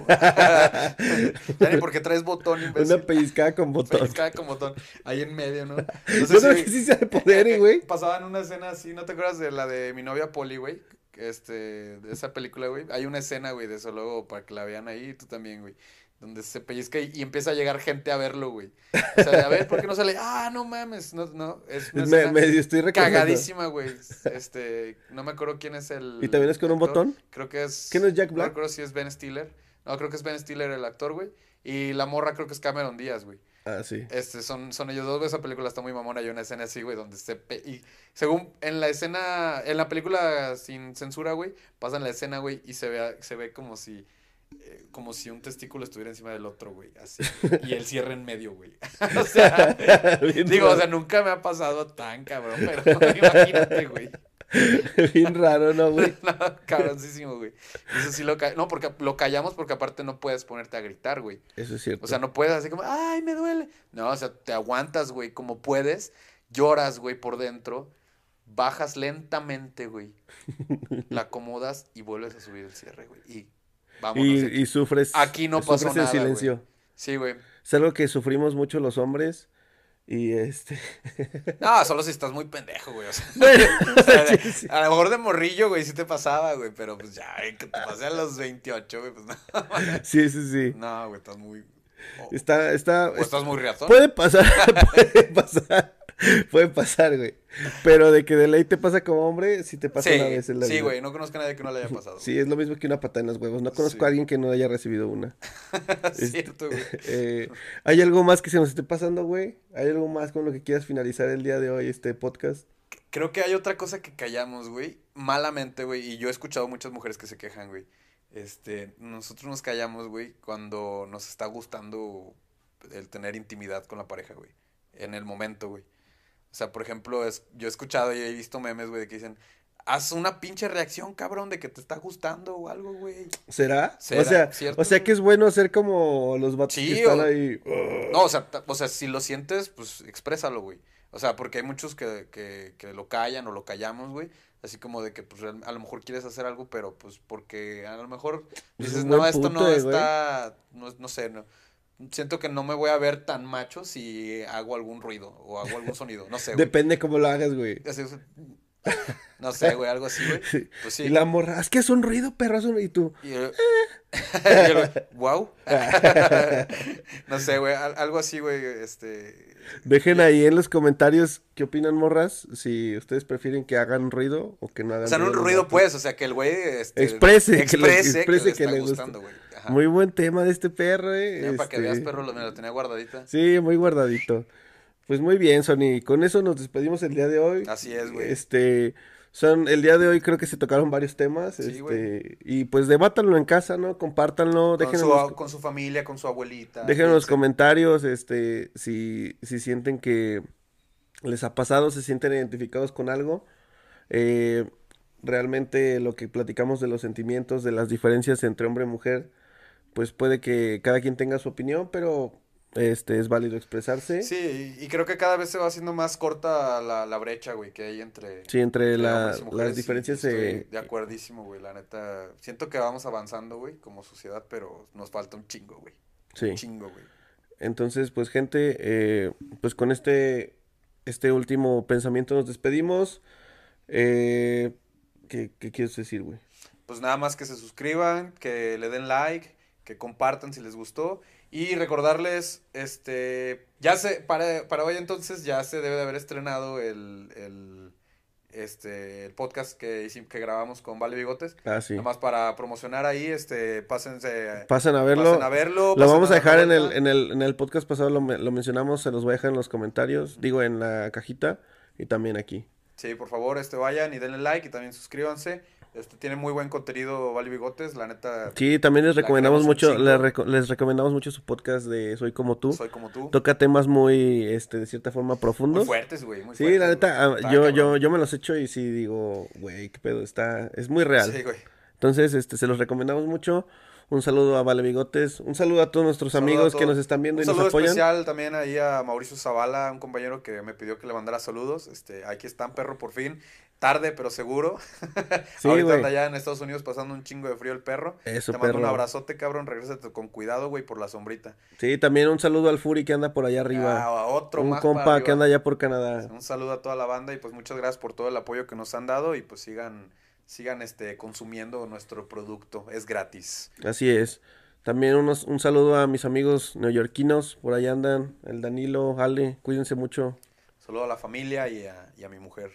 Speaker 1: ya ni porque traes botón, imbécil.
Speaker 2: Una pellizcada con botón.
Speaker 1: Pellizcada con botón. Ahí en medio, ¿no?
Speaker 2: Yo
Speaker 1: No sé
Speaker 2: creo
Speaker 1: si-
Speaker 2: que sí sea de poder, eh, güey.
Speaker 1: Pasaban una escena así, ¿no te acuerdas de la de mi novia Polly, güey? Este, de esa película, güey. Hay una escena, güey, de eso luego para que la vean ahí y tú también, güey. Donde se pellizca y, y empieza a llegar gente a verlo, güey. O sea, de, a ver, ¿por qué no sale? Ah, no mames. No, no. Es una
Speaker 2: Me,
Speaker 1: escena
Speaker 2: me estoy recordando.
Speaker 1: cagadísima, güey. Este, no me acuerdo quién es el.
Speaker 2: ¿Y también es con un
Speaker 1: actor.
Speaker 2: botón?
Speaker 1: Creo que es.
Speaker 2: ¿Qué no es Jack Black?
Speaker 1: No creo si es Ben Stiller. No, creo que es Ben Stiller el actor, güey. Y la morra creo que es Cameron Díaz, güey.
Speaker 2: Ah, sí.
Speaker 1: Este, son, son ellos dos, güey. Esa película está muy mamona. Hay una escena así, güey, donde se. pe- Y según en la escena. En la película sin censura, güey. Pasan la escena, güey. Y se ve, a- se ve como si. eh, Como si un testículo estuviera encima del otro, güey. Así. Y el cierre en medio, güey. o sea.
Speaker 2: Bien
Speaker 1: digo, o sea,
Speaker 2: raro.
Speaker 1: nunca me ha pasado tan cabrón, pero imagínate, güey.
Speaker 2: Bien raro, ¿no, güey?
Speaker 1: No, cabroncísimo, güey. Eso sí lo ca- No, porque lo callamos porque aparte no puedes ponerte a gritar, güey.
Speaker 2: Eso es cierto.
Speaker 1: O sea, no puedes así como, ay, me duele. No, o sea, te aguantas, güey, como puedes. Lloras, güey, por dentro. Bajas lentamente, güey. La acomodas y vuelves a subir el cierre, güey. Y vámonos. aquí.
Speaker 2: y, y sufres.
Speaker 1: Aquí no pasó
Speaker 2: sufres
Speaker 1: nada,
Speaker 2: en silencio.
Speaker 1: Sí, güey.
Speaker 2: Es algo que sufrimos mucho los hombres. Y este.
Speaker 1: No, solo si estás muy pendejo, güey. O sea,
Speaker 2: Bueno,
Speaker 1: o sea, de-
Speaker 2: sí, sí.
Speaker 1: a lo mejor de morrillo, güey, sí te pasaba, güey. Pero pues ya, güey, que te pasé a los 28, güey, pues no.
Speaker 2: Sí, sí, sí.
Speaker 1: No, güey, estás muy. o-
Speaker 2: Está, está.
Speaker 1: o estás muy riatón.
Speaker 2: Puede pasar, puede pasar. Puede pasar, güey. Pero de que de ley te pasa como hombre, sí te pasa
Speaker 1: Sí,
Speaker 2: una vez en la
Speaker 1: sí,
Speaker 2: vida.
Speaker 1: güey, no conozco a nadie que no le haya pasado.
Speaker 2: Sí, es lo mismo que una patada en los huevos. No conozco
Speaker 1: Sí.
Speaker 2: a alguien que no haya recibido una.
Speaker 1: es cierto, güey.
Speaker 2: Eh, ¿hay algo más que se nos esté pasando, güey? ¿Hay algo más con lo que quieras finalizar el día de hoy, este podcast?
Speaker 1: Creo que hay otra cosa que callamos, güey. Malamente, güey. Y yo he escuchado muchas mujeres que se quejan, güey. Este, nosotros nos callamos, güey, cuando nos está gustando el tener intimidad con la pareja, güey. En el momento, güey. O sea, por ejemplo, es, yo he escuchado y he visto memes, güey, de que dicen, haz una pinche reacción, cabrón, de que te está gustando o algo, güey.
Speaker 2: ¿Será? O
Speaker 1: ¿Será?
Speaker 2: sea,
Speaker 1: ¿Cierto,
Speaker 2: o sea
Speaker 1: güey?
Speaker 2: que es bueno ser como los vatos que
Speaker 1: Sí,
Speaker 2: están
Speaker 1: o-
Speaker 2: ahí.
Speaker 1: No, o sea, ta- o sea, si lo sientes, pues exprésalo, güey. O sea, porque hay muchos que, que, que lo callan o lo callamos, güey. Así como de que, pues, real- a lo mejor quieres hacer algo, pero pues porque a lo mejor
Speaker 2: Pues,
Speaker 1: dices,
Speaker 2: un
Speaker 1: no,
Speaker 2: buen
Speaker 1: esto no
Speaker 2: punto, eh, güey".
Speaker 1: está, no, es- no sé, no. Siento que no me voy a ver tan macho si hago algún ruido o hago algún sonido, no sé, güey.
Speaker 2: Depende cómo lo hagas, güey.
Speaker 1: Así, no sé, güey, algo así, güey.
Speaker 2: Sí.
Speaker 1: Pues sí.
Speaker 2: Y la morra, es que es un ruido, perro, es un ruido. Y tú,
Speaker 1: Y yo, y yo, wow. no sé, güey, al- algo así, güey, este...
Speaker 2: dejen ahí en los comentarios qué opinan, morras. Si ustedes prefieren que hagan ruido o que no hagan
Speaker 1: O sea, no un
Speaker 2: los
Speaker 1: ruido,
Speaker 2: vatos.
Speaker 1: pues, o sea, que el güey este,
Speaker 2: Exprese, que
Speaker 1: exprese que
Speaker 2: le-
Speaker 1: le,
Speaker 2: exprese que
Speaker 1: está
Speaker 2: le gusta.
Speaker 1: gustando, güey. Ajá.
Speaker 2: Muy buen tema de este perro, eh.
Speaker 1: Mira, Para que
Speaker 2: este.
Speaker 1: veas, perro, lo, me lo tenía guardadita.
Speaker 2: Sí, muy guardadito. Pues muy bien, Sony. Con eso nos despedimos el día de hoy.
Speaker 1: Así es, güey.
Speaker 2: Este, son, el día de hoy creo que se tocaron varios temas.
Speaker 1: Sí,
Speaker 2: este, y pues debátanlo en casa, ¿no?
Speaker 1: Con
Speaker 2: Compártanlo, déjenos,
Speaker 1: su,
Speaker 2: los-
Speaker 1: con su familia, con su abuelita.
Speaker 2: déjenos los
Speaker 1: etcétera.
Speaker 2: comentarios, este, si, si sienten que les ha pasado, se sienten identificados con algo. Eh, realmente lo que platicamos de los sentimientos, de las diferencias entre hombre y mujer, pues puede que cada quien tenga su opinión, pero este es válido expresarse.
Speaker 1: Sí, y y creo que cada vez se va haciendo más corta la, la brecha, güey, que hay entre,
Speaker 2: Sí, entre
Speaker 1: entre
Speaker 2: la-
Speaker 1: hombres y mujeres,
Speaker 2: las
Speaker 1: y
Speaker 2: diferencias
Speaker 1: estoy
Speaker 2: eh,
Speaker 1: de acuerdísimo, güey, la neta. Siento que vamos avanzando, güey, como sociedad, pero nos falta un chingo, güey.
Speaker 2: sí.
Speaker 1: Un chingo, güey.
Speaker 2: Entonces, pues gente, eh, pues con este, este último pensamiento nos despedimos. Eh, ¿qué, qué quieres decir, güey?
Speaker 1: pues nada más que se suscriban, que le den like, que compartan si les gustó. Y recordarles, este, ya se, para, para hoy entonces ya se debe de haber estrenado el, el, este, el podcast que, hicim- que grabamos con Vale Bigotes.
Speaker 2: Ah, sí.
Speaker 1: Nada más para promocionar ahí, este, pásense,
Speaker 2: Pasen a verlo.
Speaker 1: pasen a verlo.
Speaker 2: Lo
Speaker 1: pasen
Speaker 2: vamos a
Speaker 1: dar
Speaker 2: dejar en
Speaker 1: la
Speaker 2: el,
Speaker 1: vuelta.
Speaker 2: en el, en el podcast pasado, lo, me- lo mencionamos, se los voy a dejar en los comentarios, digo en la cajita y también aquí.
Speaker 1: Sí, por favor, este vayan y denle like y también suscríbanse. Este tiene muy buen contenido, Vali Bigotes, la neta.
Speaker 2: Sí, también les
Speaker 1: La
Speaker 2: recomendamos
Speaker 1: queremos un
Speaker 2: mucho,
Speaker 1: chingo.
Speaker 2: les, reco- les recomendamos mucho su podcast de Soy como tú.
Speaker 1: Soy como tú.
Speaker 2: Toca temas muy, este, de cierta forma
Speaker 1: Muy
Speaker 2: profundos.
Speaker 1: fuertes, güey. muy
Speaker 2: Sí,
Speaker 1: fuertes,
Speaker 2: la
Speaker 1: güey.
Speaker 2: neta, ah,
Speaker 1: Está
Speaker 2: yo,
Speaker 1: cabrón.
Speaker 2: yo, yo me los echo y sí digo, güey, qué pedo, está, es muy real.
Speaker 1: Sí, güey.
Speaker 2: Entonces, este, se los recomendamos mucho. Un saludo a Vale Bigotes, un saludo a todos nuestros
Speaker 1: Saludo a
Speaker 2: amigos que
Speaker 1: todos.
Speaker 2: nos están viendo
Speaker 1: Un
Speaker 2: y nos
Speaker 1: saludo
Speaker 2: apoyan.
Speaker 1: especial también ahí a Mauricio Zavala, un compañero que me pidió que le mandara saludos. Este, aquí están, perro, por fin. Tarde, pero seguro.
Speaker 2: Sí,
Speaker 1: Ahorita
Speaker 2: güey.
Speaker 1: anda allá en Estados Unidos pasando un chingo de frío el perro.
Speaker 2: Eso,
Speaker 1: Te mando un
Speaker 2: perro.
Speaker 1: abrazote, cabrón. Regrésate con cuidado, güey, por la sombrita.
Speaker 2: Sí, también un saludo al Furi que anda por allá arriba.
Speaker 1: Ah, a otro
Speaker 2: un
Speaker 1: más
Speaker 2: compa
Speaker 1: para arriba.
Speaker 2: que anda allá por Canadá.
Speaker 1: Un saludo a toda la banda y pues muchas gracias por todo el apoyo que nos han dado y pues sigan, sigan este, consumiendo nuestro producto. Es gratis.
Speaker 2: Así es. También unos, un saludo a mis amigos neoyorquinos, por allá andan, el Danilo, Ale, cuídense mucho.
Speaker 1: Saludo a la familia y a, y a mi mujer.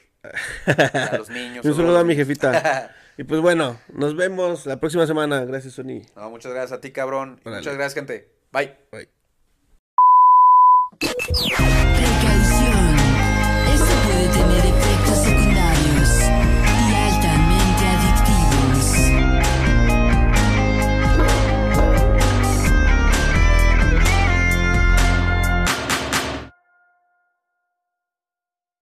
Speaker 1: Y a los niños.
Speaker 2: Y un saludo
Speaker 1: los
Speaker 2: a mi
Speaker 1: niños.
Speaker 2: jefita. Y pues bueno, nos vemos la próxima semana. Gracias, Sony.
Speaker 1: No, muchas gracias a ti, cabrón. Y
Speaker 2: Órale.
Speaker 1: Muchas gracias, gente. Bye.
Speaker 2: Bye.
Speaker 3: Precaución. Esto puede tener efectos